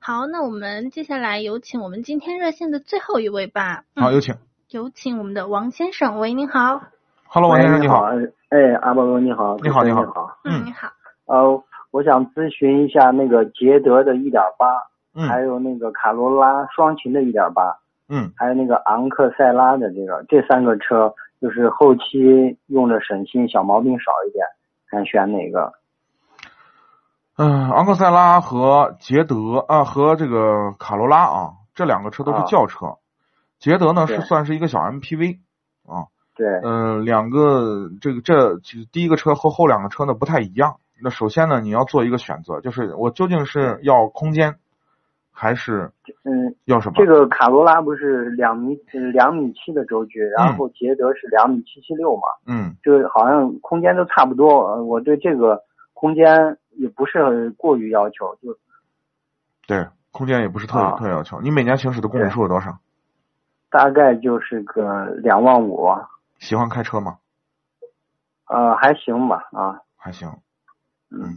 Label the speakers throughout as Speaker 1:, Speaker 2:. Speaker 1: 好，那我们接下来有请我们今天热线的最后一位吧。嗯
Speaker 2: 好，有请。
Speaker 1: 有请我们的王先生，喂，您好。
Speaker 2: Hello，王先生
Speaker 3: 喂
Speaker 2: 你
Speaker 3: 你
Speaker 2: 好。，
Speaker 3: 哎，阿波罗你好，
Speaker 2: 你好
Speaker 3: 主持人
Speaker 2: 你好
Speaker 3: 你好，
Speaker 2: 嗯
Speaker 1: 你好。
Speaker 3: 呃，我想咨询一下那个捷德的1.8，还
Speaker 2: 嗯
Speaker 3: 有那个卡罗拉双擎的1.8，
Speaker 2: 嗯
Speaker 3: 还有那个昂克赛拉的这个这三个车，就是后期用着省心，小毛病少一点，看选哪个？
Speaker 2: 嗯，昂克赛拉和捷德啊和这个卡罗拉啊这两个车都是
Speaker 3: 啊
Speaker 2: 轿车，捷德呢是
Speaker 3: 对
Speaker 2: 算是一个小 MPV 啊。
Speaker 3: 对，
Speaker 2: 嗯、两个这个这这第一个车和后两个车呢不太一样。那首先呢，你要做一个选择，就是我究竟是要空间，还是
Speaker 3: 嗯，
Speaker 2: 要什么？
Speaker 3: 这个卡罗拉不是两米呃两米七的轴距，然后捷德是两米七七六嘛，
Speaker 2: 嗯
Speaker 3: 就是好像空间都差不多。呃我对这个空间也不是很过于要求，就
Speaker 2: 对，空间也不是特
Speaker 3: 啊
Speaker 2: 特要求。你每年行驶的公里数有多少？
Speaker 3: 大概就是个两万五，
Speaker 2: 喜欢开车吗？
Speaker 3: 呃，还行吧，啊，
Speaker 2: 还行。
Speaker 3: 嗯，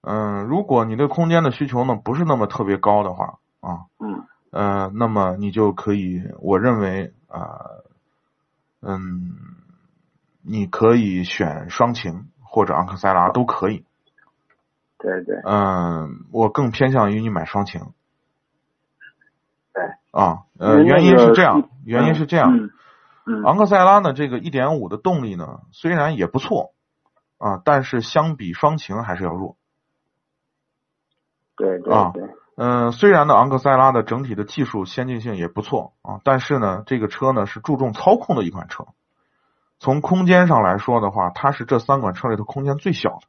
Speaker 2: 嗯、如果你对空间的需求呢不是那么特别高的话啊，
Speaker 3: 嗯，
Speaker 2: 呃，那么你就可以，我认为啊、嗯，你可以选双擎或者昂克赛拉都可以。
Speaker 3: 对对，
Speaker 2: 嗯，我更偏向于你买双擎。
Speaker 3: 对。
Speaker 2: 啊，
Speaker 3: 因
Speaker 2: 呃，
Speaker 3: 为那
Speaker 2: 原因是
Speaker 3: 个
Speaker 2: 这样
Speaker 3: 嗯，
Speaker 2: 原因是这样，啊
Speaker 3: 嗯，嗯
Speaker 2: 昂克赛拉呢，这个1.5的动力呢，虽然也不错啊，但是相比双擎还是要弱。
Speaker 3: 对对
Speaker 2: 啊
Speaker 3: 对，
Speaker 2: 嗯、虽然呢，昂克赛拉的整体的技术先进性也不错啊，但是呢，这个车呢是注重操控的一款车。从空间上来说的话，它是这三款车里头空间最小的。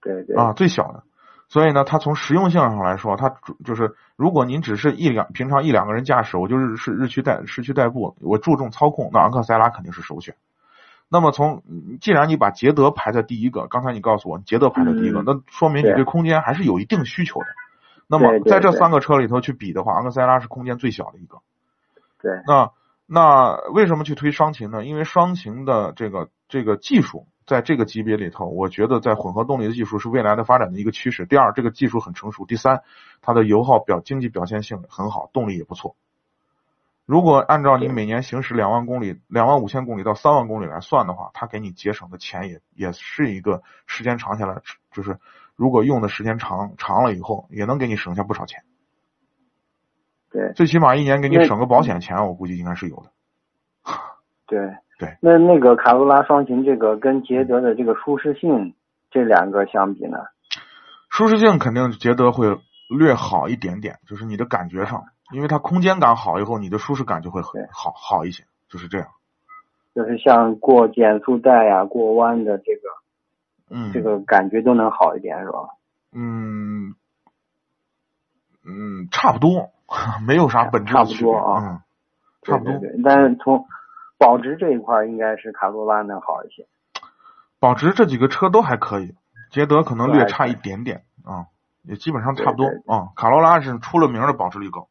Speaker 3: 对对，
Speaker 2: 啊，最小的。所以呢，它从实用性上来说，它主就是如果您只是一两平常一两个人驾驶，我就是是日区代市区代步，我注重操控，那昂克赛拉肯定是首选。那么从嗯既然你把捷德排在第一个，刚才你告诉我捷德排在第一个，
Speaker 3: 嗯
Speaker 2: 那说明你
Speaker 3: 对
Speaker 2: 对空间还是有一定需求的。那么
Speaker 3: 对对
Speaker 2: 在这
Speaker 3: 对
Speaker 2: 三个车里头去比的话，昂克赛拉是空间最小的一个。
Speaker 3: 对
Speaker 2: 那那为什么去推双擎呢？因为双擎的这个这个技术，在这个级别里头，我觉得在混合动力的技术是未来的发展的一个趋势。第二，这个技术很成熟；第三，它的油耗表经济表现性很好，动力也不错。如果按照你
Speaker 3: 对
Speaker 2: 每年行驶两万公里、两万五千公里到三万公里来算的话，它给你节省的钱也也是一个时间长下来，就是如果用的时间长长了以后，也能给你省下不少钱。
Speaker 3: 对
Speaker 2: 最起码一年给你
Speaker 3: 那
Speaker 2: 省个保险钱，我估计应该是有的。
Speaker 3: 对
Speaker 2: 对
Speaker 3: 那那个卡罗拉双擎这个跟捷德的这个舒适性这两个相比呢？
Speaker 2: 舒适性肯定捷德会略好一点点，就是你的感觉上，因为它空间感好以后，你的舒适感就会很
Speaker 3: 对
Speaker 2: 好好一些，就是这样。
Speaker 3: 就是像过减速带呀、过弯的这个
Speaker 2: 嗯，
Speaker 3: 这个感觉都能好一点，是吧？
Speaker 2: 嗯嗯，差不多， 没有啥本质
Speaker 3: 哎差
Speaker 2: 的
Speaker 3: 不
Speaker 2: 区别，
Speaker 3: 多啊
Speaker 2: 嗯，差不多。
Speaker 3: 对对对但是从保值这一块儿，应该是卡罗拉能好一些。
Speaker 2: 保值这几个车都还可以，捷德可能
Speaker 3: 都
Speaker 2: 略
Speaker 3: 还
Speaker 2: 差
Speaker 3: 可以
Speaker 2: 一点点啊、也基本上差不多
Speaker 3: 对对
Speaker 2: 啊、卡罗拉是出了名的保值率高，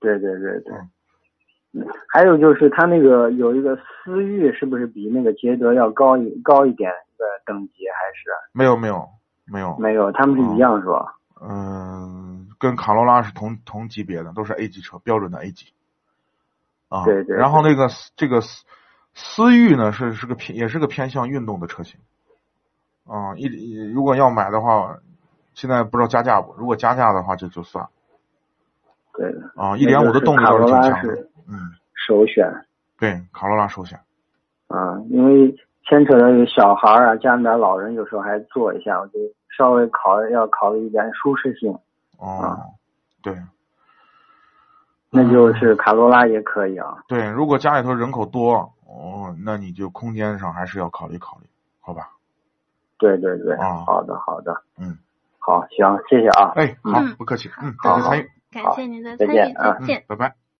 Speaker 3: 对对对
Speaker 2: 嗯。
Speaker 3: 对嗯还有就是它那个有一个思域，是不是比那个捷德要高一高一点的等级？还是
Speaker 2: 没有没有没有，
Speaker 3: 没有？他们是一样是吧？
Speaker 2: 嗯、跟卡罗拉是同同级别的，都是 A 级车，标准的 A 级。啊，
Speaker 3: 对对
Speaker 2: 然后那个思这个思思域呢，是是个偏也是个偏向运动的车型。啊，一一如果要买的话，现在不知道加价不？如果加价的话，这就算了
Speaker 3: 对的，
Speaker 2: 啊，一
Speaker 3: 那
Speaker 2: 点五
Speaker 3: 就
Speaker 2: 的
Speaker 3: 是
Speaker 2: 动力
Speaker 3: 卡
Speaker 2: 倒
Speaker 3: 罗
Speaker 2: 是挺
Speaker 3: 拉
Speaker 2: 强的
Speaker 3: 是。
Speaker 2: 嗯，
Speaker 3: 首选
Speaker 2: 对，卡罗拉首选。
Speaker 3: 啊，因为牵扯到有小孩儿啊，家里边老人有时候还坐一下，我就稍微考要考虑一点舒适性，
Speaker 2: 哦
Speaker 3: 啊，
Speaker 2: 对
Speaker 3: 那就是卡罗拉也可以啊。
Speaker 2: 对，如果家里头人口多，哦，那你就空间上还是要考虑考虑，好吧？
Speaker 3: 对对对，
Speaker 2: 啊
Speaker 3: 好的好的，
Speaker 2: 嗯，
Speaker 3: 好，行，谢谢啊，
Speaker 2: 哎，好
Speaker 1: 嗯，
Speaker 2: 不客气，嗯，
Speaker 1: 好
Speaker 2: 感谢参与，
Speaker 1: 感
Speaker 3: 好
Speaker 1: 谢您的
Speaker 3: 再
Speaker 1: 参与，
Speaker 3: 见啊
Speaker 2: 嗯
Speaker 1: 再见。，
Speaker 2: 拜拜。